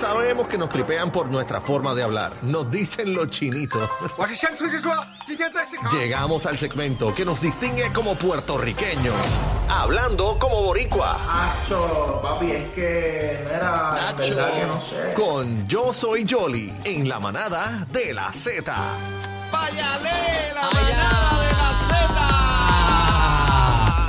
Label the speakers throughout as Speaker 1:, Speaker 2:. Speaker 1: Sabemos que nos tripean por nuestra forma de hablar. Nos dicen los chinitos. Llegamos al segmento que nos distingue como puertorriqueños. Hablando como boricua.
Speaker 2: Nacho, papi, es que mira, en verdad que no sé.
Speaker 1: Con Yo Soy Jolly en la manada de la Z.
Speaker 3: ¡Váyale! ¡La manada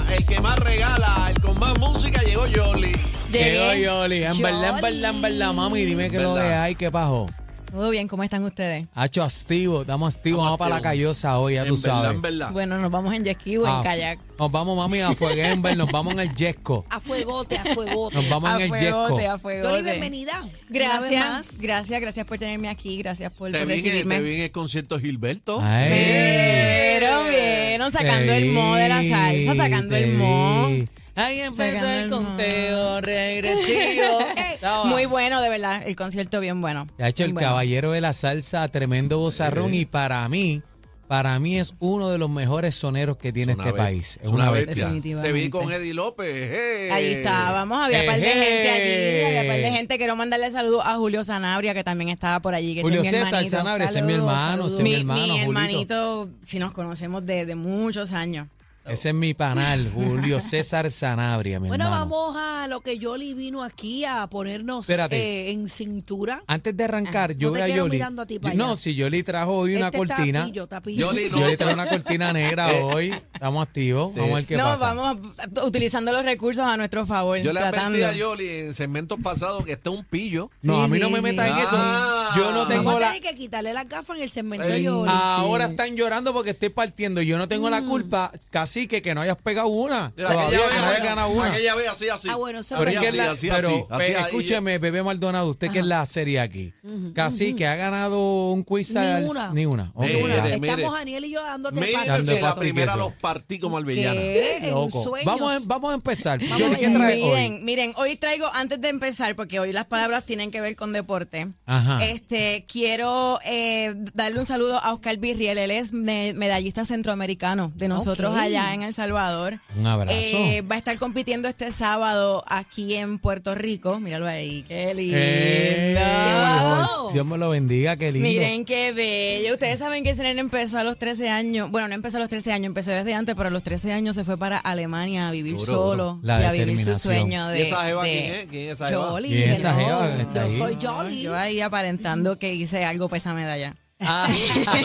Speaker 3: de la Z! El que más regala, el con más música, llegó Yoli.
Speaker 4: Llegué.
Speaker 5: Llegó Yoli. En verdad, en verdad, en verdad, mami, dime que lo
Speaker 3: ¿Verdad?
Speaker 5: de ahí, ¿qué pajo?
Speaker 4: Todo bien, ¿cómo están ustedes?
Speaker 5: Hacho activo, estamos activos, vamos para la
Speaker 3: activos.
Speaker 5: callosa hoy, ya
Speaker 3: en
Speaker 5: tú
Speaker 3: verdad,
Speaker 5: sabes.
Speaker 3: en verdad.
Speaker 4: Bueno, nos vamos en jet ski o en
Speaker 5: Ah,
Speaker 4: kayak.
Speaker 5: Nos vamos, mami, a Fueguember, nos vamos en el Jesco.
Speaker 6: A fuegote, a fuegote.
Speaker 5: Nos vamos
Speaker 4: a
Speaker 5: en el Jesco.
Speaker 4: fuegote, a
Speaker 6: Yoli,
Speaker 4: fuegote.
Speaker 6: bienvenida. Una vez
Speaker 4: Gracias,
Speaker 6: más.
Speaker 4: gracias, gracias por tenerme aquí, gracias por,
Speaker 3: Te
Speaker 4: por
Speaker 3: vi, en el, te
Speaker 4: recibirme.
Speaker 3: vi en el concierto Gilberto.
Speaker 5: Ay.
Speaker 4: Pero vieron sacando el mo de la salsa, sacando el mo.
Speaker 5: Sí. Ahí empezó
Speaker 4: Sacando
Speaker 5: el
Speaker 4: el mo.
Speaker 5: conteo regresivo. Estaba-
Speaker 4: Muy bueno, de verdad, el concierto bien bueno.
Speaker 5: Ha hecho el
Speaker 4: Bien bueno.
Speaker 5: caballero de la salsa, tremendo bozarrón y para mí, para mí es uno de los mejores soneros que tiene
Speaker 3: una
Speaker 5: este
Speaker 3: be-
Speaker 5: país.
Speaker 3: Es una
Speaker 5: bestia.
Speaker 3: bestia. Te vi
Speaker 4: Definitivamente.
Speaker 3: con Eddie López. ¡eh!
Speaker 4: Ahí estábamos, había un par de
Speaker 5: Ejé.
Speaker 4: gente allí, había un par de gente. Quiero mandarle saludos a Julio Sanabria, que también estaba por allí, que ese
Speaker 5: Julio
Speaker 4: es mi
Speaker 5: César
Speaker 4: hermanito.
Speaker 5: Sanabria, ese es mi
Speaker 6: Saludos,
Speaker 5: hermano, ese es mi
Speaker 4: mi,
Speaker 5: hermano,
Speaker 4: mi
Speaker 5: Julito.
Speaker 4: hermanito, si nos conocemos de, de muchos años.
Speaker 5: Oh. Ese es mi panal, Julio César Sanabria, mi
Speaker 6: Bueno,
Speaker 5: hermano.
Speaker 6: vamos a lo que Yoli vino aquí a ponernos
Speaker 5: Espérate. Ah,
Speaker 6: eh, en cintura.
Speaker 5: Antes de arrancar,
Speaker 6: Ajá,
Speaker 5: yo
Speaker 6: Ah, no
Speaker 5: voy
Speaker 6: te
Speaker 5: a
Speaker 6: quiero
Speaker 5: Yoli.
Speaker 6: mirando a ti
Speaker 5: Yo-
Speaker 6: para
Speaker 5: no,
Speaker 6: allá.
Speaker 5: si Yoli trajo hoy una
Speaker 6: Este
Speaker 5: cortina.
Speaker 6: Tapillo, tapillo.
Speaker 3: Yoli, no.
Speaker 5: Yoli trajo una cortina negra hoy. Estamos activos. Vamos a ver qué
Speaker 4: no,
Speaker 5: pasa.
Speaker 4: vamos utilizando los recursos a nuestro favor.
Speaker 3: Yo le
Speaker 4: tratando.
Speaker 3: advertí a Yoli en segmentos pasados que está un pillo.
Speaker 5: No, a mí
Speaker 4: Sí,
Speaker 5: no me
Speaker 4: sí,
Speaker 5: metas
Speaker 4: sí.
Speaker 5: en eso.
Speaker 3: Ah.
Speaker 5: Yo no
Speaker 6: Vamos
Speaker 5: tengo
Speaker 6: a
Speaker 5: la. Ah,
Speaker 6: tener que quitarle las gafas en el segmento
Speaker 2: Ey.
Speaker 6: Yoli.
Speaker 5: Ahora están llorando porque estoy partiendo. Yo no tengo
Speaker 6: Mm.
Speaker 5: la culpa, casi que que no hayas pegado una.
Speaker 3: Mira,
Speaker 5: Todavía
Speaker 3: aquella
Speaker 5: que
Speaker 3: vez,
Speaker 5: no hayas ganado una.
Speaker 3: aquella vez, así, así.
Speaker 6: Ah, bueno, eso
Speaker 5: Pero, es que
Speaker 3: Así,
Speaker 5: la-
Speaker 3: así,
Speaker 5: pero,
Speaker 3: así, así,
Speaker 5: eh,
Speaker 3: ahí-
Speaker 5: escúcheme, Bebé Maldonado, usted que es la serie aquí. Casi que ha ganado un quiz
Speaker 6: Ni
Speaker 5: al-
Speaker 6: una.
Speaker 5: Ni una. Ok,
Speaker 3: Ni una.
Speaker 5: ya.
Speaker 3: mire,
Speaker 6: Estamos
Speaker 3: mire.
Speaker 6: Aniel y yo dándote
Speaker 3: Mire,
Speaker 6: pata.
Speaker 5: Dando
Speaker 3: que la
Speaker 5: paso y
Speaker 3: primera
Speaker 5: queso.
Speaker 3: los partí como albellana.
Speaker 6: ¿Qué? En
Speaker 5: Loco.
Speaker 6: sueños.
Speaker 5: Vamos, a, em- vamos a empezar.
Speaker 6: Vamos
Speaker 5: Yoli, ¿qué
Speaker 6: allá.
Speaker 5: trae
Speaker 4: miren,
Speaker 5: hoy?
Speaker 4: miren, hoy traigo, antes de empezar, porque hoy las palabras tienen que ver con deporte.
Speaker 5: Ajá.
Speaker 4: Este, quiero eh, darle un saludo a Oscar Virriel, él es me- medallista centroamericano de nosotros
Speaker 6: Ok.
Speaker 4: allá en El Salvador.
Speaker 5: Un abrazo.
Speaker 4: Eh, va a estar compitiendo este sábado aquí en Puerto Rico. Míralo ahí, qué lindo.
Speaker 5: Eh, Dios, Dios me lo bendiga, qué lindo.
Speaker 4: Miren qué bello. Ustedes saben que ese nene empezó a los 13 años. Bueno, no empezó a los 13 años, empezó desde antes, pero a los 13 años se fue para Alemania a vivir
Speaker 3: Duro,
Speaker 4: solo
Speaker 5: duro. La
Speaker 4: y a vivir su
Speaker 5: determinación.
Speaker 4: sueño de.
Speaker 3: ¿Y esa jeva
Speaker 4: de-
Speaker 3: quién es? ¿Quién es esa jeva?
Speaker 6: Yoli,
Speaker 5: Y esa
Speaker 6: hello.
Speaker 5: jeva que está
Speaker 6: Yo
Speaker 5: ahí.
Speaker 6: soy
Speaker 4: No,
Speaker 6: Yoli.
Speaker 4: Yo ahí aparentando que hice algo para esa medalla.
Speaker 5: Ah,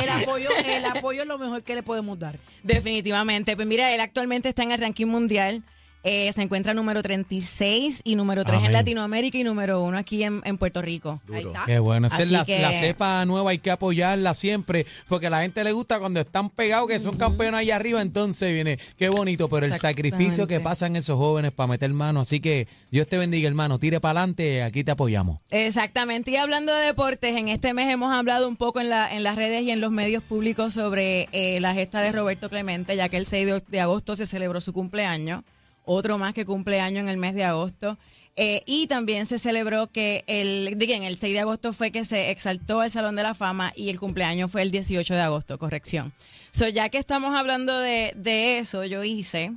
Speaker 6: El apoyo, el apoyo es lo mejor que le podemos dar.
Speaker 4: Definitivamente. Pues mira, él actualmente está en el ranking mundial. Eh, se encuentra número 36 y número 3
Speaker 5: Amén.
Speaker 4: en Latinoamérica y número 1 aquí en, en Puerto Rico.
Speaker 6: Ahí está.
Speaker 5: qué bueno. Esa es
Speaker 4: Ah, Así
Speaker 5: la,
Speaker 4: que-
Speaker 5: la cepa nueva, hay que apoyarla siempre, porque a la gente le gusta cuando están pegados, que son campeones allá arriba, entonces viene, qué bonito, pero el sacrificio que
Speaker 4: Exactamente.
Speaker 5: pasan esos jóvenes para meter mano, así que Dios te bendiga, hermano, tire para adelante, aquí te apoyamos.
Speaker 4: Exactamente. Y hablando de deportes, en este mes hemos hablado un poco en, la- en las redes y en los medios públicos sobre eh, la gesta de Roberto Clemente, ya que el 6 de, de agosto se celebró su cumpleaños, otro más que cumpleaños en el mes de agosto. Eh, y también se celebró que el, digan, el 6 de agosto fue que se exaltó el Salón de la Fama y el cumpleaños fue el 18 de agosto, corrección. So, ya que estamos hablando de, de eso, yo hice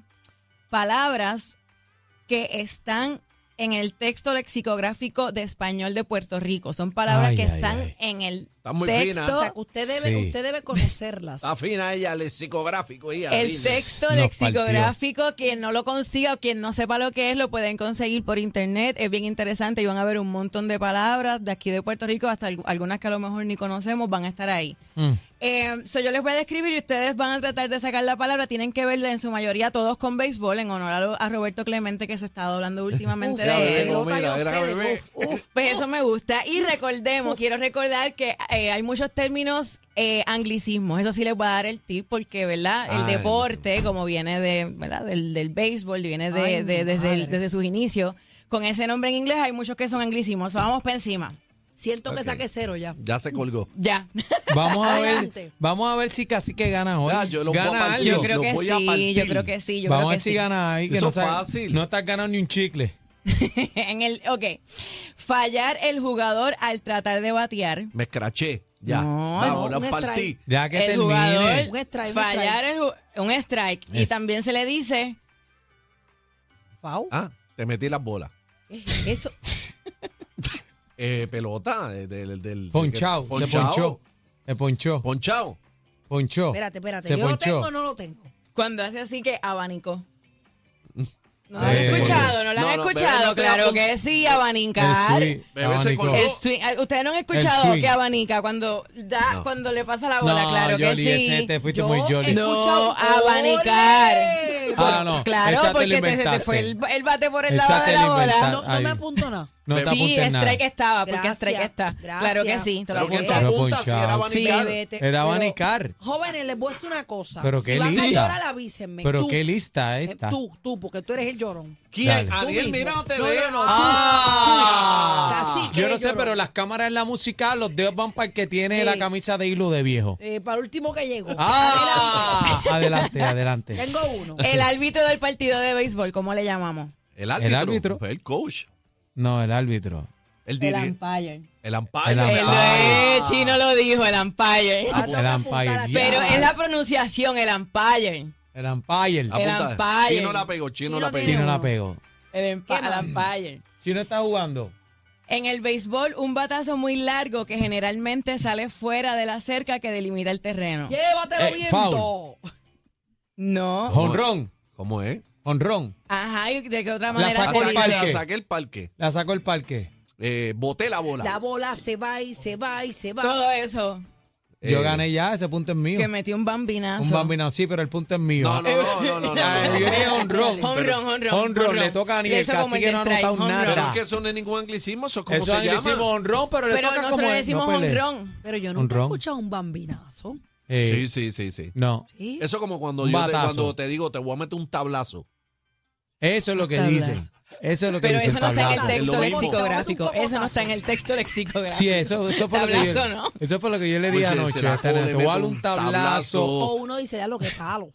Speaker 4: palabras que están en el texto lexicográfico de español de Puerto Rico. Son palabras
Speaker 5: Ay,
Speaker 4: que
Speaker 5: ay,
Speaker 4: están
Speaker 5: ay.
Speaker 4: en el
Speaker 3: Están muy
Speaker 4: texto.
Speaker 3: finas.
Speaker 6: O sea, que usted debe,
Speaker 5: Sí.
Speaker 6: usted debe conocerlas.
Speaker 3: Está fina ella, el psicográfico. Ella,
Speaker 4: El
Speaker 3: linda.
Speaker 4: texto
Speaker 5: Nos
Speaker 4: lexicográfico, quien no lo consiga o quien no sepa lo que es, lo pueden conseguir por internet. Es bien interesante y van a ver un montón de palabras de aquí de Puerto Rico, hasta algu- algunas que a lo mejor ni conocemos, van a estar ahí.
Speaker 5: Mm.
Speaker 4: Eh, so yo les voy a describir y ustedes van a tratar de sacar la palabra. Tienen que verla en su mayoría todos con béisbol, en honor a, lo- a Roberto Clemente que se está hablando últimamente
Speaker 6: Uf,
Speaker 3: Ya,
Speaker 4: de
Speaker 3: bebé,
Speaker 4: él.
Speaker 3: como
Speaker 6: Pelota,
Speaker 3: mira,
Speaker 6: yo
Speaker 3: era
Speaker 6: sé,
Speaker 3: bebé.
Speaker 6: uf, uf.
Speaker 4: Pues eso me gusta. Y recordemos, quiero recordar que eh, hay muchos términos eh, anglicismos. Eso sí les voy a dar el tip porque, ¿verdad? El
Speaker 5: Ah,
Speaker 4: deporte, como viene de, ¿verdad? Del, del béisbol, viene de,
Speaker 6: Ay,
Speaker 4: de-
Speaker 6: mi
Speaker 4: desde, el-
Speaker 6: madre.
Speaker 4: desde sus inicios. Con ese nombre en inglés hay muchos que son anglicismos. Vamos para encima.
Speaker 6: Siento
Speaker 3: Ok.
Speaker 6: que saqué cero ya.
Speaker 3: Ya se colgó.
Speaker 4: Ya.
Speaker 5: Vamos a ver,
Speaker 6: Adelante.
Speaker 5: vamos a ver si casi que gana hoy.
Speaker 3: Ah, yo lo voy a
Speaker 5: gana
Speaker 3: partir.
Speaker 5: algo.
Speaker 4: Yo creo
Speaker 3: lo
Speaker 4: que
Speaker 3: voy a
Speaker 4: sí,
Speaker 3: partir.
Speaker 4: yo creo que sí, yo
Speaker 5: vamos
Speaker 4: creo
Speaker 5: a
Speaker 4: que
Speaker 5: ver si
Speaker 4: sí.
Speaker 5: gana ahí.
Speaker 3: Si
Speaker 5: Que
Speaker 3: eso
Speaker 5: no,
Speaker 3: es
Speaker 5: sabes-
Speaker 3: fácil.
Speaker 5: no estás ganando ni un chicle.
Speaker 4: en el, ok. Fallar el jugador al tratar de batear.
Speaker 3: Me escraché. Ya.
Speaker 4: No,
Speaker 3: Vamos, la
Speaker 6: no, un
Speaker 3: partí.
Speaker 5: Ya que
Speaker 4: el
Speaker 5: termine.
Speaker 4: jugador
Speaker 6: Un strike, un
Speaker 4: fallar el ju- un strike. Y
Speaker 5: Es-
Speaker 4: también se le dice
Speaker 6: Fau.
Speaker 3: Ah, te metí Ah, las bolas.
Speaker 6: ¿Qué es Eso.
Speaker 3: eh, pelota eh, del, del-
Speaker 5: Ponchao,
Speaker 3: del-
Speaker 5: se ponchó. Se ponchó.
Speaker 3: Ponchao.
Speaker 5: Ponchó.
Speaker 6: Espérate, espérate.
Speaker 5: Se
Speaker 6: yo
Speaker 5: ponchó.
Speaker 6: lo tengo o no lo tengo.
Speaker 4: Cuando hace así que abanico. No
Speaker 5: Eh,
Speaker 4: lo has escuchado, no lo has
Speaker 3: no, no,
Speaker 4: escuchado.
Speaker 3: bebé, no te
Speaker 4: claro
Speaker 3: apuntes.
Speaker 4: que sí,
Speaker 5: El
Speaker 4: abanicar.
Speaker 5: swing,
Speaker 3: Bebé se
Speaker 5: abanico.
Speaker 3: colgó.
Speaker 4: El swing. Ay, Ustedes no han
Speaker 5: El
Speaker 4: escuchado
Speaker 5: swing.
Speaker 4: que abanica cuando da,
Speaker 3: No.
Speaker 4: cuando le pasa la bola,
Speaker 5: No,
Speaker 4: claro que
Speaker 5: Yoli,
Speaker 4: sí.
Speaker 5: ese te fuiste
Speaker 6: Yo
Speaker 5: muy Yoli.
Speaker 6: he
Speaker 4: No,
Speaker 6: escuchado-
Speaker 4: abanicar.
Speaker 6: ¡Ole!
Speaker 5: Ah, no,
Speaker 4: claro,
Speaker 5: esa te lo
Speaker 4: porque te- se te,
Speaker 5: inventaste.
Speaker 4: fue el, el bate por el
Speaker 5: Esa
Speaker 4: lado
Speaker 5: te
Speaker 4: de
Speaker 5: la
Speaker 4: la bola.
Speaker 5: inventaste.
Speaker 6: No, no
Speaker 5: Ay.
Speaker 6: me apunto nada.
Speaker 5: No te
Speaker 4: sí,
Speaker 5: apuntes nada.
Speaker 4: strike estaba, porque
Speaker 6: Gracias,
Speaker 4: strike está.
Speaker 6: gracias.
Speaker 4: Claro que sí, te lo
Speaker 3: Pero que
Speaker 4: apunto.
Speaker 3: tú
Speaker 5: Pero
Speaker 3: apuntas si era
Speaker 5: ponchao.
Speaker 4: Sí.
Speaker 3: abanicar.
Speaker 6: Vete,
Speaker 5: Era abanicar.
Speaker 6: Jóvenes, les voy a decir una cosa.
Speaker 5: Pero
Speaker 6: si
Speaker 5: qué
Speaker 6: van
Speaker 5: lista.
Speaker 6: a llorar, avísenme.
Speaker 5: Pero
Speaker 6: Tú,
Speaker 5: qué lista
Speaker 6: eh,
Speaker 5: esta.
Speaker 6: Tú, tú, porque tú eres el llorón.
Speaker 5: Dale.
Speaker 3: ¿Quién? Adiel,
Speaker 6: mismo.
Speaker 3: mira, no te
Speaker 6: No, no,
Speaker 3: dejo.
Speaker 6: no, Ah. tú.
Speaker 3: Ah.
Speaker 6: Cacique,
Speaker 5: Yo no sé,
Speaker 6: llorón.
Speaker 5: pero las cámaras en la música, los dedos van para el que tiene
Speaker 6: Sí.
Speaker 5: la camisa de hilo de viejo.
Speaker 6: Eh, para último que llego.
Speaker 5: ¡Ah! Eh. Adelante, adelante.
Speaker 6: Tengo uno.
Speaker 4: El árbitro del partido de béisbol, ¿cómo le llamamos?
Speaker 3: El árbitro.
Speaker 5: El árbitro.
Speaker 3: El coach.
Speaker 5: No, el árbitro.
Speaker 3: El dirigente.
Speaker 4: umpire.
Speaker 3: El amparo.
Speaker 5: El
Speaker 4: El
Speaker 5: umpire.
Speaker 4: eh, chino lo dijo, el umpire.
Speaker 6: Ah, tengo
Speaker 5: el
Speaker 6: que apuntar
Speaker 5: umpire,
Speaker 6: a ti.
Speaker 4: Pero es la pronunciación, el umpire.
Speaker 5: El umpire.
Speaker 4: El umpire.
Speaker 3: Chino la pegó, chino,
Speaker 6: Chino
Speaker 3: la pegó.
Speaker 4: pues,
Speaker 6: tiene-
Speaker 5: Chino la pegó.
Speaker 4: El, empa-
Speaker 6: ¿Qué más?
Speaker 4: el umpire.
Speaker 5: Chino está jugando.
Speaker 4: En el béisbol, un batazo muy largo que generalmente sale fuera de la cerca que delimita el terreno.
Speaker 6: Llévatelo
Speaker 5: Eh,
Speaker 6: bien.
Speaker 5: foul.
Speaker 6: todo.
Speaker 4: No.
Speaker 5: Honrón.
Speaker 3: ¿Cómo es?
Speaker 5: Honrón.
Speaker 4: Ajá, ¿y de qué otra
Speaker 5: La
Speaker 4: manera
Speaker 5: sacó
Speaker 4: se
Speaker 5: el
Speaker 3: Saqué,
Speaker 4: dice?
Speaker 5: parque.
Speaker 3: la saqué el parque.
Speaker 5: La sacó el parque.
Speaker 3: Eh, boté la bola.
Speaker 6: La bola se va y se va y se va.
Speaker 4: Todo eso.
Speaker 5: Yo
Speaker 3: Eh,
Speaker 5: gané ya, ese punto es mío.
Speaker 4: Que metió un bambinazo.
Speaker 5: Un bambino, sí, pero el punto es mío.
Speaker 3: No, no, no, no, no. no,
Speaker 5: Ah,
Speaker 3: no,
Speaker 5: yo dije
Speaker 3: no.
Speaker 5: honrón.
Speaker 4: Honrón, honrón,
Speaker 5: Honrón, le toca a
Speaker 4: honrón.
Speaker 5: Daniel,
Speaker 4: Eso como
Speaker 5: casi
Speaker 4: el
Speaker 5: que no ha
Speaker 4: strike,
Speaker 5: anotado
Speaker 4: honrón.
Speaker 5: nada.
Speaker 3: Pero es que eso no es ningún anglicismo, eso es como
Speaker 5: Eso
Speaker 3: se
Speaker 5: le hicimos
Speaker 3: llama.
Speaker 5: honrón, pero le
Speaker 4: Pero
Speaker 5: toca como
Speaker 4: nosotros le decimos
Speaker 5: no pelee.
Speaker 4: honrón.
Speaker 6: Pero yo nunca he
Speaker 5: Honrón.
Speaker 6: escuchado un bambinazo.
Speaker 5: Eh,
Speaker 3: Sí, sí, sí, sí.
Speaker 5: No.
Speaker 6: ¿sí?
Speaker 3: Eso como cuando
Speaker 5: Un
Speaker 3: yo te,
Speaker 5: batazo.
Speaker 3: cuando te digo, te voy a meter un tablazo.
Speaker 5: Eso es lo que
Speaker 4: Tablas.
Speaker 5: dicen. Eso es lo que
Speaker 4: Pero
Speaker 5: dicen.
Speaker 4: eso no está en el
Speaker 5: tablazo.
Speaker 4: texto
Speaker 3: lo mismo.
Speaker 4: lexicográfico.
Speaker 6: Tómate un
Speaker 4: Eso no está en el texto lexicográfico.
Speaker 5: Sí, eso, eso fue lo que yo,
Speaker 4: Tablazo, ¿no?
Speaker 5: eso fue lo que yo le
Speaker 3: Pues
Speaker 5: dije
Speaker 3: se-
Speaker 5: anoche.
Speaker 3: se la
Speaker 5: hasta en el-
Speaker 3: jode,
Speaker 5: te voy a dar
Speaker 3: mete
Speaker 5: un
Speaker 3: un
Speaker 5: tablazo.
Speaker 3: tablazo. Oh,
Speaker 6: O uno dice, ya lo que palo.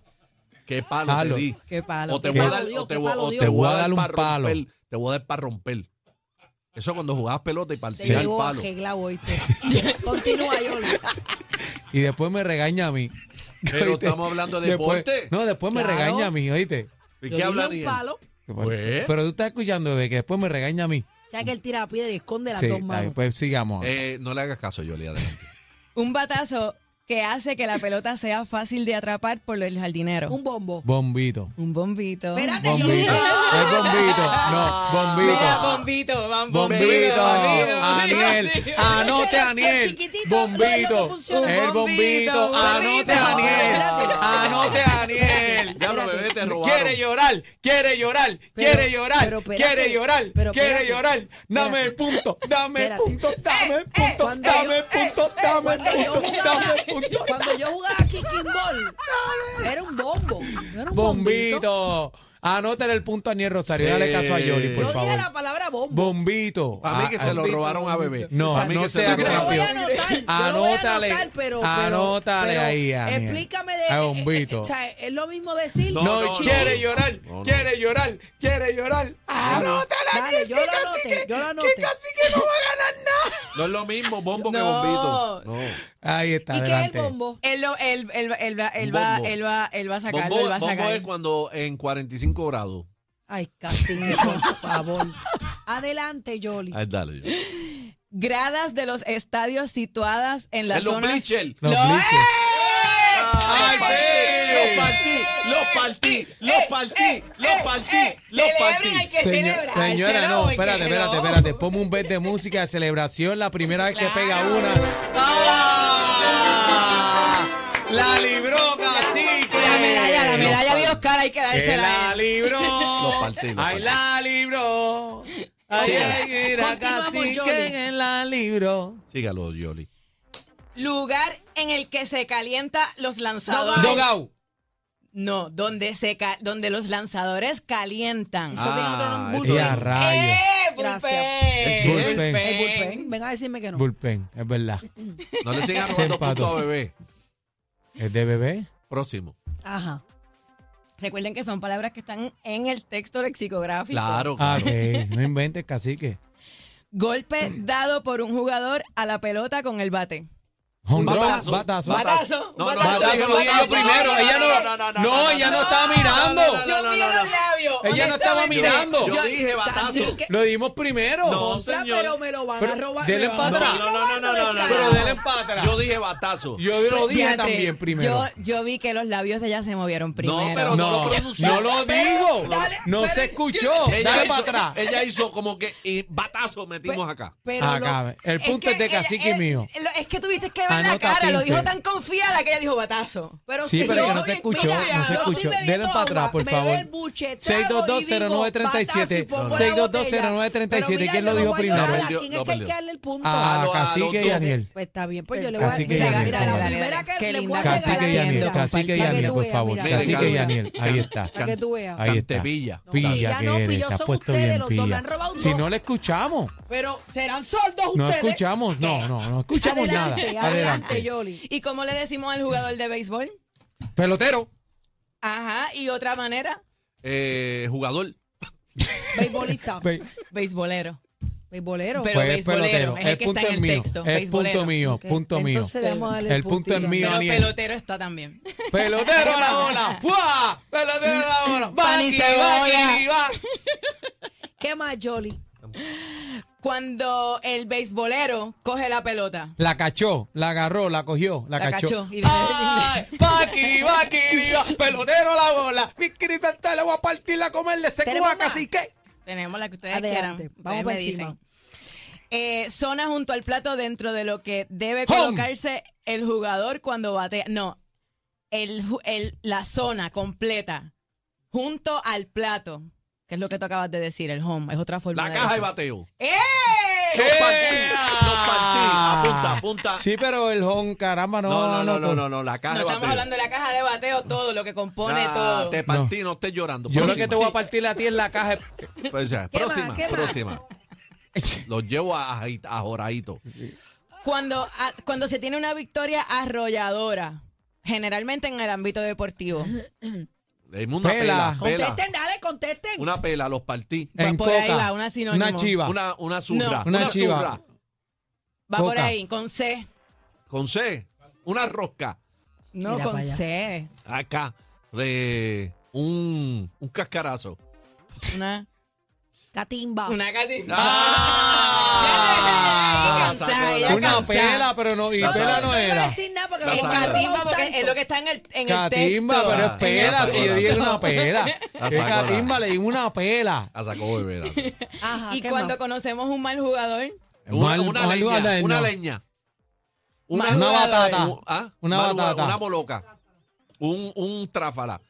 Speaker 3: ¿Qué palo,
Speaker 5: Palo.
Speaker 3: te di?
Speaker 4: Qué palo.
Speaker 3: O te
Speaker 5: ¿Qué
Speaker 3: voy a
Speaker 5: palo
Speaker 3: dar,
Speaker 6: dio?
Speaker 3: o te
Speaker 6: ¿Qué
Speaker 3: voy,
Speaker 6: palo
Speaker 3: o
Speaker 6: dio?
Speaker 3: te
Speaker 5: Te
Speaker 3: voy a dar
Speaker 5: un
Speaker 3: para
Speaker 5: palo.
Speaker 3: romper. Te voy a dar para romper. Eso cuando jugabas pelota y
Speaker 6: Te
Speaker 3: partías el
Speaker 6: llevo
Speaker 3: palo.
Speaker 6: arreglado hoy. te. Continúa, Yoli.
Speaker 5: Y después me regaña a mí.
Speaker 3: Pero
Speaker 5: ¿Oíste?
Speaker 3: estamos hablando de
Speaker 5: Después-
Speaker 3: deporte.
Speaker 5: No, después me
Speaker 6: Claro.
Speaker 5: regaña a mí, ¿oíste?
Speaker 3: ¿Y
Speaker 6: Yo
Speaker 3: qué
Speaker 6: dije
Speaker 3: habla
Speaker 6: un
Speaker 3: Diel?
Speaker 6: palo.
Speaker 3: Pues.
Speaker 5: Pero tú estás escuchando, bebé, que después me regaña a mí.
Speaker 6: Ya que él tira la piedra y esconde las
Speaker 5: Sí,
Speaker 6: dos
Speaker 5: está bien,
Speaker 6: manos.
Speaker 5: pues sigamos.
Speaker 3: Eh, no le hagas caso, Yoli, adelante.
Speaker 4: Un batazo que hace que la pelota sea fácil de atrapar por el jardinero.
Speaker 6: Un bombo.
Speaker 5: Bombito.
Speaker 4: Un bombito.
Speaker 6: Espérate, yo
Speaker 5: Bombito. Es bombito. No, bombito.
Speaker 4: Mira, bombito, van bombito.
Speaker 5: Bombito,
Speaker 4: bombito,
Speaker 5: Aniel,
Speaker 4: bombito.
Speaker 5: anote
Speaker 6: Pero
Speaker 5: Aniel,
Speaker 6: chiquitito, no, eso
Speaker 5: bombito,
Speaker 6: funciona.
Speaker 5: el
Speaker 4: Bombito,
Speaker 5: bombito, anote
Speaker 4: bombito.
Speaker 5: Aniel,
Speaker 6: Espérate.
Speaker 5: anote Aniel,
Speaker 3: Ya lo
Speaker 6: Espérate.
Speaker 3: bebé te robaron.
Speaker 5: quiere llorar, quiere llorar,
Speaker 6: Pero-
Speaker 5: quiere llorar,
Speaker 6: pero espérate,
Speaker 5: quiere llorar,
Speaker 6: pero
Speaker 5: quiere
Speaker 6: espérate.
Speaker 5: llorar, dame el
Speaker 6: Espérate.
Speaker 5: punto, dame el
Speaker 6: Espérate. Eh,
Speaker 5: punto, dame el punto,
Speaker 6: cuando
Speaker 5: dame
Speaker 6: yo- eh,
Speaker 5: el punto, dame el
Speaker 6: Cuando yo
Speaker 5: punto, dame
Speaker 6: jugaba,
Speaker 5: el punto,
Speaker 6: cuando yo jugaba kicking ball, era un bombo. No era un bombito.
Speaker 5: bombito, anótale el punto a Aniel Rosario, dale caso a Yoli,
Speaker 6: Yo
Speaker 5: por
Speaker 6: dije
Speaker 5: favor,
Speaker 6: la palabra bombo.
Speaker 5: bombito,
Speaker 3: Para mí que
Speaker 5: Ah,
Speaker 3: se lo
Speaker 5: bombito.
Speaker 3: robaron a bebé.
Speaker 5: No,
Speaker 3: Para mí
Speaker 5: no
Speaker 3: que se
Speaker 5: sea
Speaker 3: lo
Speaker 6: Yo lo
Speaker 3: robaron.
Speaker 6: voy a
Speaker 5: campeón.
Speaker 6: anotar. yo lo voy a
Speaker 5: Anótale,
Speaker 6: anotar, pero, pero-
Speaker 5: anótale
Speaker 6: pero
Speaker 5: ahí, Aniel.
Speaker 6: Explícame de.
Speaker 5: A
Speaker 6: eh,
Speaker 5: bombito.
Speaker 6: eh, o sea, es lo mismo decir.
Speaker 3: No,
Speaker 5: No,
Speaker 3: no,
Speaker 5: quiere
Speaker 3: no.
Speaker 5: llorar,
Speaker 3: No, no.
Speaker 5: quiere llorar, quiere llorar. Ah, Anótala,
Speaker 6: Dale,
Speaker 5: Aniel,
Speaker 6: yo
Speaker 5: que
Speaker 6: lo
Speaker 5: casi
Speaker 6: anoté,
Speaker 5: que-
Speaker 6: yo lo
Speaker 5: que
Speaker 6: anoté.
Speaker 5: casi que no va a ganar nada.
Speaker 3: No es lo mismo bombo que
Speaker 4: No.
Speaker 3: bombito. No.
Speaker 5: Ahí está,
Speaker 6: ¿Y qué es el bombo?
Speaker 4: Él, lo- él, él, él, va- él va,
Speaker 3: Bombo.
Speaker 4: él, va, él va a sacarlo,
Speaker 3: Bombo,
Speaker 4: él va a
Speaker 3: bombo es
Speaker 4: sacar.
Speaker 3: cuando en 45 grados.
Speaker 6: Ay, casi, por favor. Adelante, Yoli.
Speaker 3: Ay, dale. yo.
Speaker 4: Gradas de los estadios situadas en las
Speaker 3: En los
Speaker 4: zonas...
Speaker 3: bleachers.
Speaker 5: Los
Speaker 4: ¡Lo
Speaker 5: bleachers.
Speaker 4: es! Eh,
Speaker 3: Ay, Los partí, los partí, los partí, los partí, los partí.
Speaker 4: eh, celebren al que celebra, al
Speaker 5: señora,
Speaker 4: cero,
Speaker 5: no,
Speaker 4: al que
Speaker 5: espérate, espérate,
Speaker 4: no.
Speaker 5: espérate. Ponme un vez de música de celebración, la primera vez que pega una. ¡Ah! La libró cacique.
Speaker 4: La medalla, la medalla de Oscar hay que
Speaker 5: Que
Speaker 4: dársela. a
Speaker 5: la
Speaker 4: él.
Speaker 5: libró.
Speaker 3: Los partí, los
Speaker 5: Ay,
Speaker 3: partí.
Speaker 5: la libró. Ay,
Speaker 3: Sí.
Speaker 5: ay, mira,
Speaker 6: Continuamos,
Speaker 5: cacique
Speaker 6: Yoli.
Speaker 5: que la libró.
Speaker 3: Sígalo, Yoli.
Speaker 4: Lugar en el que se calienta los lanzadores.
Speaker 5: Dogau.
Speaker 4: No, donde se ca- donde los lanzadores calientan.
Speaker 6: Eso tiene otro nombre.
Speaker 3: Ah,
Speaker 5: Y
Speaker 6: Bullpen.
Speaker 5: a rayos.
Speaker 4: ¡Eh,
Speaker 6: Gracias.
Speaker 4: bullpen!
Speaker 5: El bullpen.
Speaker 6: El bullpen. Venga Eh, a decirme que no.
Speaker 5: Bullpen, es verdad.
Speaker 3: No le sigan
Speaker 5: Se
Speaker 3: robando
Speaker 5: empató.
Speaker 3: punto a bebé.
Speaker 5: ¿Es de bebé?
Speaker 3: Próximo.
Speaker 6: Ajá.
Speaker 4: Recuerden que son palabras que están en el texto lexicográfico.
Speaker 3: Claro,
Speaker 5: Ah,
Speaker 3: claro.
Speaker 5: ok. No inventes, cacique.
Speaker 4: Golpe dado por un jugador a la pelota con el bate.
Speaker 5: Honrón,
Speaker 3: Batazo.
Speaker 5: batazo.
Speaker 4: Batazo,
Speaker 3: No, no,
Speaker 4: batazo,
Speaker 3: yo dije-
Speaker 5: Batazo lo dije yo
Speaker 4: batazo,
Speaker 5: primero.
Speaker 4: batazo.
Speaker 5: Ella no. No, ella no estaba mirando.
Speaker 4: Yo miro los vio.
Speaker 5: Ella no estaba
Speaker 6: Honestamente,
Speaker 5: mirando.
Speaker 3: Yo dije batazo.
Speaker 6: Así que-
Speaker 5: Lo dimos primero.
Speaker 3: No,
Speaker 6: Contra,
Speaker 3: señor.
Speaker 6: pero me lo van
Speaker 5: Pero
Speaker 6: a robar.
Speaker 5: denle
Speaker 6: me van a
Speaker 5: para
Speaker 6: seguir
Speaker 3: No, no, no, no,
Speaker 6: robando,
Speaker 3: no, no,
Speaker 6: descarado.
Speaker 5: Pero denle para atrás.
Speaker 3: Yo dije batazo.
Speaker 5: Yo lo
Speaker 6: Pues,
Speaker 5: dije
Speaker 4: Diatre,
Speaker 5: también primero.
Speaker 4: Yo, yo vi que los labios de ella se movieron primero.
Speaker 3: pero no
Speaker 5: no,
Speaker 3: lo pronuncié.
Speaker 5: no lo digo.
Speaker 6: Pero, dale,
Speaker 5: no
Speaker 6: pero-
Speaker 5: se escuchó.
Speaker 3: Ella
Speaker 5: Dale
Speaker 3: hizo-
Speaker 5: para atrás.
Speaker 3: Ella hizo como que y batazo
Speaker 6: Pues,
Speaker 3: metimos acá.
Speaker 6: Pero lo-
Speaker 5: Acá, Ah, el punto es, de
Speaker 4: él-
Speaker 5: cacique
Speaker 4: él-
Speaker 5: mío.
Speaker 4: lo- Es que tuviste que ver la
Speaker 5: Anota
Speaker 4: cara, lo
Speaker 5: 15.
Speaker 4: dijo tan confiada que ella dijo batazo.
Speaker 6: Pero
Speaker 5: Sí,
Speaker 6: si
Speaker 5: pero
Speaker 6: yo-
Speaker 5: que no se escuchó,
Speaker 6: mira,
Speaker 5: no se
Speaker 6: yo estoy
Speaker 5: escuchó.
Speaker 6: bebiendo
Speaker 5: Denle para atrás,
Speaker 6: agua,
Speaker 5: por
Speaker 6: me doy
Speaker 5: favor.
Speaker 6: el buche, trago y digo,
Speaker 5: 6220937.
Speaker 6: batazo y pongo la botella.
Speaker 5: 6220937.
Speaker 6: Pero
Speaker 5: ¿Quién lo
Speaker 6: mira, yo
Speaker 5: dijo
Speaker 6: no voy a
Speaker 5: primero?
Speaker 6: llorar, ¿A
Speaker 3: Perdió,
Speaker 6: quién
Speaker 3: no
Speaker 6: es que hay que
Speaker 3: perdió.
Speaker 6: darle el punto?
Speaker 5: A
Speaker 3: lo- a los
Speaker 5: Ah, Cacique y
Speaker 3: dos.
Speaker 5: Aniel.
Speaker 6: Pues está bien, pues yo le voy a
Speaker 5: Cacique y
Speaker 6: mira,
Speaker 5: Aniel,
Speaker 6: mira,
Speaker 5: por
Speaker 6: la
Speaker 5: favor.
Speaker 6: primera que
Speaker 4: Qué
Speaker 6: le voy
Speaker 4: linda
Speaker 6: a
Speaker 4: cara.
Speaker 6: regalar
Speaker 5: Cacique y
Speaker 6: es
Speaker 5: Aniel.
Speaker 6: esa.
Speaker 5: Cacique y
Speaker 6: Para que
Speaker 5: Aniel,
Speaker 6: tú
Speaker 5: por
Speaker 6: veas,
Speaker 5: favor.
Speaker 6: mira.
Speaker 3: Mira,
Speaker 5: Cacique y
Speaker 3: Carlos.
Speaker 5: Aniel. Ahí está.
Speaker 6: Para que tú veas.
Speaker 5: Ahí está.
Speaker 3: Cantepilla.
Speaker 6: No,
Speaker 5: Pilla
Speaker 6: pilla,
Speaker 5: que
Speaker 6: no,
Speaker 5: eres.
Speaker 6: pilla,
Speaker 5: Te has
Speaker 6: son
Speaker 5: puesto
Speaker 6: ustedes,
Speaker 5: bien
Speaker 6: los dos me
Speaker 5: pilla.
Speaker 6: han robado
Speaker 5: Si
Speaker 6: todo.
Speaker 5: no le escuchamos.
Speaker 6: Pero serán sordos ustedes.
Speaker 5: No escuchamos. No, no, no escuchamos
Speaker 6: Adelante,
Speaker 5: nada.
Speaker 6: Adelante,
Speaker 5: Adelante.
Speaker 6: Yoli.
Speaker 4: ¿Y cómo le decimos al jugador de béisbol?
Speaker 5: Pelotero.
Speaker 4: Ajá, y otra manera,
Speaker 3: Eh, jugador.
Speaker 6: Beisbolista.
Speaker 5: Ve-
Speaker 4: beisbolero.
Speaker 6: Beisbolero.
Speaker 4: Pero
Speaker 5: Pues es
Speaker 4: beisbolero,
Speaker 5: pelotero.
Speaker 4: es el
Speaker 5: El
Speaker 4: que
Speaker 5: punto
Speaker 4: está en
Speaker 5: es
Speaker 4: el
Speaker 5: mío.
Speaker 4: texto,
Speaker 5: Es punto
Speaker 4: beisbolero.
Speaker 5: mío.
Speaker 6: Ok,
Speaker 5: Punto mío.
Speaker 6: entonces le vamos a darle
Speaker 5: El punto es
Speaker 6: puntito.
Speaker 5: mío,
Speaker 4: Pero
Speaker 5: Aniel.
Speaker 4: pelotero está también.
Speaker 5: Pelotero a la bola. ¡Fua! Pelotero a la bola. Va
Speaker 4: Pan y
Speaker 5: aquí, va
Speaker 4: cebolla.
Speaker 5: aquí, va.
Speaker 6: ¿Qué más, Yoli?
Speaker 4: Cuando el beisbolero coge la pelota.
Speaker 5: La cachó, la agarró, la cogió, la,
Speaker 4: La
Speaker 5: cachó.
Speaker 4: cachó y viene
Speaker 5: ¡Ay! ¡Va aquí, va aquí, diva! pelotero a la bola. Mi querida, te le voy a partir a comerle ese
Speaker 6: ¿Tenemos
Speaker 5: cuaca,
Speaker 6: más?
Speaker 5: así que.
Speaker 4: Tenemos la que ustedes
Speaker 6: Adelante.
Speaker 4: quieran.
Speaker 6: Vamos
Speaker 4: Ustedes
Speaker 6: para
Speaker 4: me
Speaker 6: encima.
Speaker 4: dicen. Eh, zona junto al plato dentro de lo que debe
Speaker 5: Home.
Speaker 4: colocarse el jugador cuando batea. No, el, ju- el- la zona completa junto al plato, que es lo que tú acabas de decir, el home. Es otra forma
Speaker 3: La
Speaker 4: de
Speaker 3: caja y
Speaker 4: decir.
Speaker 3: bateo.
Speaker 4: ¡Eh!
Speaker 3: Los partí, los partí.
Speaker 5: ¡Ea!
Speaker 3: Apunta, apunta.
Speaker 5: Ah. Sí, pero el hon, caramba, no.
Speaker 3: No, no, no, no, no, no, la
Speaker 4: No
Speaker 3: caja de
Speaker 4: estamos
Speaker 3: bateo.
Speaker 4: hablando de la caja de bateo, todo lo que compone
Speaker 3: Nah,
Speaker 4: todo.
Speaker 3: Te partí, no, estés llorando.
Speaker 5: Yo lo
Speaker 3: Próxima. Pues,
Speaker 5: que te voy a partir a ti es la caja.
Speaker 3: O sea,
Speaker 6: ¿Qué más?
Speaker 3: próxima,
Speaker 6: ¿Qué más?
Speaker 3: próxima. Los llevo a, a, a Joraito.
Speaker 4: Cuando, a- cuando se tiene una victoria arrolladora, generalmente en el ámbito deportivo.
Speaker 3: Le dimos Una
Speaker 5: Pela.
Speaker 3: pela, pela.
Speaker 6: Contesten, dale, contesten.
Speaker 3: Una pela, los partí.
Speaker 4: Va
Speaker 5: en
Speaker 4: por ahí
Speaker 5: coca,
Speaker 4: va, una sinónimo.
Speaker 5: Una chiva.
Speaker 3: Una, una zurra.
Speaker 5: No. Una
Speaker 3: una
Speaker 5: chiva.
Speaker 3: zurra.
Speaker 4: Va por
Speaker 5: Coca.
Speaker 4: ahí, con C.
Speaker 3: Con C. Una rosca.
Speaker 4: No,
Speaker 6: Mira
Speaker 4: con
Speaker 6: para allá.
Speaker 4: C.
Speaker 3: Acá. re- un, un cascarazo.
Speaker 4: Una,
Speaker 6: Catimba.
Speaker 4: una gatita.
Speaker 3: ¡Ah!
Speaker 4: Ya, ya, ya, ya, ya, ya, ya, ya, ya, ya, ya, ya, ya, ya, ya, ya,
Speaker 5: Una
Speaker 4: cansada.
Speaker 5: pela, pero no. Y
Speaker 3: No,
Speaker 5: pela
Speaker 3: no,
Speaker 5: no
Speaker 6: voy a
Speaker 5: era.
Speaker 6: decir nada porque
Speaker 3: La
Speaker 4: Es
Speaker 6: me
Speaker 3: saca.
Speaker 4: catimba
Speaker 6: robaron
Speaker 4: porque
Speaker 6: tanto.
Speaker 4: es lo que está en el, en el
Speaker 5: Catimba,
Speaker 4: texto.
Speaker 5: pero es
Speaker 3: Ah,
Speaker 5: pela.
Speaker 3: la
Speaker 5: Si yo
Speaker 3: sacó,
Speaker 5: dije
Speaker 3: la
Speaker 5: una pela.
Speaker 3: La
Speaker 5: Que
Speaker 3: sacó, la-
Speaker 5: Catimba le di una pela.
Speaker 3: La sacó bebé. la sacó.
Speaker 6: Ajá,
Speaker 4: Y
Speaker 6: Ah, ¿qué
Speaker 4: cuando
Speaker 6: más?
Speaker 4: conocemos un mal jugador,
Speaker 3: Una,
Speaker 5: Mal-
Speaker 3: una
Speaker 5: mal
Speaker 3: leña.
Speaker 5: jugador,
Speaker 3: Una
Speaker 5: no.
Speaker 3: leña.
Speaker 5: Una batata.
Speaker 3: un- ah,
Speaker 5: Una
Speaker 3: mal jugador,
Speaker 5: batata.
Speaker 3: Una moloca. Un, un tráfala.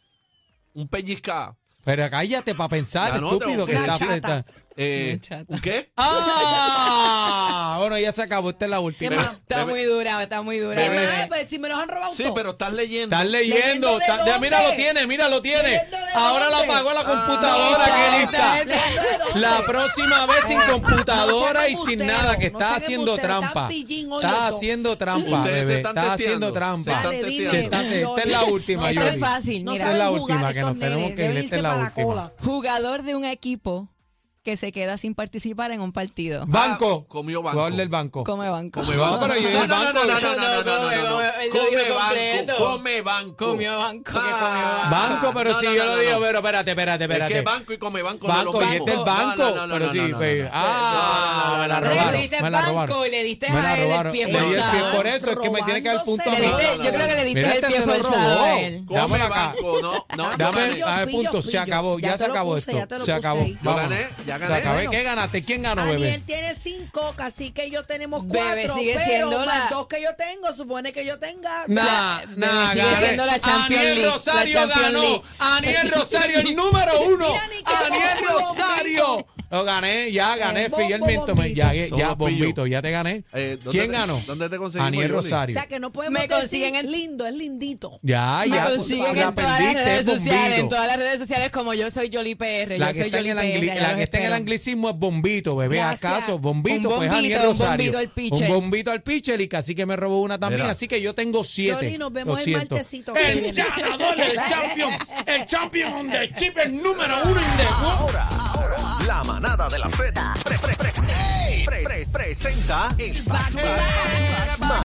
Speaker 3: Un pellizca.
Speaker 5: Pero cállate para pensar,
Speaker 3: Ya no,
Speaker 5: estúpido,
Speaker 3: tengo
Speaker 5: que
Speaker 3: que
Speaker 5: está
Speaker 6: decir.
Speaker 5: está-
Speaker 3: Eh, ¿Un qué?
Speaker 5: ¡Ah! Bueno, ya se acabó. Esta es la última.
Speaker 3: Bebé,
Speaker 4: está
Speaker 3: bebé.
Speaker 4: muy dura, está muy dura.
Speaker 6: ¿Qué
Speaker 3: Bebé.
Speaker 6: más? Ay, pero pues, si me los han robado
Speaker 3: Sí,
Speaker 6: todos.
Speaker 3: pero estás leyendo.
Speaker 5: Estás
Speaker 6: ¿Leyendo
Speaker 5: leyendo.
Speaker 6: de
Speaker 5: está- ya, mira,
Speaker 6: dónde?
Speaker 5: lo tiene, mira, lo tiene.
Speaker 6: ¿Leyendo de
Speaker 5: Ahora la
Speaker 6: dónde?
Speaker 5: apagó la
Speaker 6: Ah.
Speaker 5: computadora, qué lista.
Speaker 6: ¿Leyendo de dónde?
Speaker 5: La próxima vez sin
Speaker 6: no
Speaker 5: computadora
Speaker 6: sean
Speaker 5: y sin
Speaker 6: embusteros,
Speaker 5: nada, que
Speaker 6: no
Speaker 5: está
Speaker 6: sean
Speaker 5: haciendo
Speaker 6: embusteros, están
Speaker 5: trampa.
Speaker 6: pillín hoy
Speaker 5: Está
Speaker 6: los dos.
Speaker 5: haciendo trampa,
Speaker 3: Ustedes se
Speaker 5: bebé.
Speaker 3: están
Speaker 5: Está haciendo
Speaker 3: testeando, se
Speaker 5: trampa.
Speaker 3: están
Speaker 6: Dale,
Speaker 3: testeando.
Speaker 6: dime,
Speaker 5: Se está-
Speaker 6: Loli.
Speaker 5: esta es la última,
Speaker 6: No
Speaker 5: Yoli.
Speaker 6: saben-
Speaker 4: fácil,
Speaker 6: no
Speaker 4: mira.
Speaker 5: Esta
Speaker 6: saben
Speaker 5: es la
Speaker 6: jugar
Speaker 5: última que
Speaker 6: estos
Speaker 5: nos tenemos
Speaker 6: nenes,
Speaker 5: que ir,
Speaker 6: deben
Speaker 5: esta es
Speaker 6: irse
Speaker 5: la
Speaker 6: pa'
Speaker 5: última.
Speaker 6: cola.
Speaker 4: Jugador de un equipo que se queda sin participar en un partido.
Speaker 5: Banco.
Speaker 3: Ah, comió banco.
Speaker 5: Jugador del banco.
Speaker 4: Come banco.
Speaker 5: Come banco. Pero
Speaker 3: No,
Speaker 5: yo el
Speaker 3: no, no, no,
Speaker 5: banco.
Speaker 3: no, no, no,
Speaker 4: No,
Speaker 3: no, no,
Speaker 4: come,
Speaker 3: no, no.
Speaker 4: come, él lo
Speaker 3: Come
Speaker 4: dijo completo.
Speaker 3: banco, come banco.
Speaker 4: Comió banco, que
Speaker 3: Ah,
Speaker 4: comió banco.
Speaker 5: Banco, pero
Speaker 3: no,
Speaker 5: si
Speaker 3: no, no,
Speaker 5: yo lo
Speaker 3: no,
Speaker 5: digo,
Speaker 3: no.
Speaker 5: pero espérate, espérate,
Speaker 3: Es
Speaker 5: espérate.
Speaker 3: que banco y come banco, no
Speaker 5: Banco,
Speaker 3: lo
Speaker 5: y
Speaker 3: mismo.
Speaker 5: este es banco.
Speaker 3: No, no, no,
Speaker 5: pero
Speaker 3: no,
Speaker 5: sí,
Speaker 3: no, no,
Speaker 5: pues,
Speaker 3: no.
Speaker 5: ah, me la
Speaker 4: Pero
Speaker 5: robaron.
Speaker 4: le diste
Speaker 5: me la
Speaker 4: banco
Speaker 5: robaron.
Speaker 4: y le diste
Speaker 5: me
Speaker 4: a
Speaker 5: la
Speaker 4: él el
Speaker 5: robaron.
Speaker 4: pie
Speaker 5: Le di el
Speaker 4: forzado.
Speaker 5: pie, por eso es que me tiene que dar el punto a
Speaker 6: Robándose
Speaker 4: Le
Speaker 5: mí.
Speaker 6: No,
Speaker 4: diste-
Speaker 6: no, no,
Speaker 4: yo creo que le diste
Speaker 5: Mira,
Speaker 4: el
Speaker 5: este
Speaker 4: pie
Speaker 5: se lo
Speaker 4: forzado a
Speaker 5: robó.
Speaker 4: él.
Speaker 5: Dámelo
Speaker 3: Come
Speaker 5: acá.
Speaker 3: banco, no, no.
Speaker 5: Dame,
Speaker 3: gané.
Speaker 5: a ver,
Speaker 6: pillo,
Speaker 5: punto, se
Speaker 6: pillo.
Speaker 5: acabó, ya,
Speaker 6: Ya
Speaker 5: se
Speaker 6: te lo
Speaker 5: acabó
Speaker 6: puse,
Speaker 5: esto.
Speaker 6: ya te lo
Speaker 5: se
Speaker 6: puse
Speaker 5: acabó.
Speaker 6: ahí.
Speaker 3: Yo
Speaker 5: Vámonos.
Speaker 3: gané, ya
Speaker 5: Se
Speaker 3: gané.
Speaker 5: acabó.
Speaker 6: Bueno.
Speaker 5: ¿Qué ganaste? ¿Quién ganó,
Speaker 6: Aniel
Speaker 5: bebé?
Speaker 6: tiene cinco, Cacique y yo tenemos cuatro.
Speaker 4: Bebé sigue
Speaker 6: pero
Speaker 4: siendo
Speaker 6: más
Speaker 4: la-
Speaker 6: dos que yo tengo, supone que yo tenga.
Speaker 5: Nah, nah,
Speaker 4: sigue
Speaker 5: gané.
Speaker 4: siendo la Champions
Speaker 5: Aniel
Speaker 4: League,
Speaker 5: Rosario
Speaker 4: la Champions
Speaker 5: ganó.
Speaker 4: League.
Speaker 5: Aniel Rosario, el número uno.
Speaker 6: Mira, ni que
Speaker 5: Aniel
Speaker 6: bombo,
Speaker 5: Rosario. Lo gané, ya gané
Speaker 6: El bombo,
Speaker 5: fielmente. me- pues, Ya,
Speaker 6: bombito.
Speaker 5: ya,
Speaker 3: Son los
Speaker 5: bombito,
Speaker 3: pillos.
Speaker 5: ya te gané.
Speaker 3: Eh, ¿dónde
Speaker 5: ¿Quién
Speaker 3: te-
Speaker 5: ganó?
Speaker 3: dónde te conseguimos,
Speaker 5: Aniel
Speaker 3: Yoli?
Speaker 6: O
Speaker 5: Rosario.
Speaker 6: sea que no podemos
Speaker 4: Me consiguen
Speaker 6: decir
Speaker 4: en-
Speaker 6: lindo, es lindito.
Speaker 5: Ya,
Speaker 4: Me
Speaker 5: ya.
Speaker 4: consiguen
Speaker 5: la
Speaker 4: en todas las
Speaker 5: perdiste,
Speaker 4: redes sociales,
Speaker 5: bombito.
Speaker 4: en todas las redes sociales como yo soy Jolie PR,
Speaker 5: La
Speaker 4: yo
Speaker 5: que,
Speaker 4: soy
Speaker 5: está en,
Speaker 4: Jolie
Speaker 5: el
Speaker 4: PR.
Speaker 5: angli-
Speaker 4: ya
Speaker 5: la
Speaker 4: los
Speaker 5: que está en el
Speaker 4: espero.
Speaker 5: anglicismo es bombito, bebé.
Speaker 6: Gracias.
Speaker 5: ¿Acaso? Bombito,
Speaker 4: Un
Speaker 5: pues
Speaker 4: bombito,
Speaker 5: Aniel
Speaker 4: un
Speaker 5: Rosario.
Speaker 4: bombito al pitcher.
Speaker 5: Un bombito al pitcher y casi que me robó una también.
Speaker 3: Mira.
Speaker 5: Así que yo tengo siete.
Speaker 6: Yoli, nos
Speaker 5: Lo
Speaker 6: vemos el
Speaker 5: siento.
Speaker 6: martesito que
Speaker 5: El
Speaker 6: viene.
Speaker 5: ganador, el champion. El champion on the chip, el número uno in the world.
Speaker 1: Ahora, ahora, la manada de la Z pre- pre- pre- pre- pre- presenta el back to back.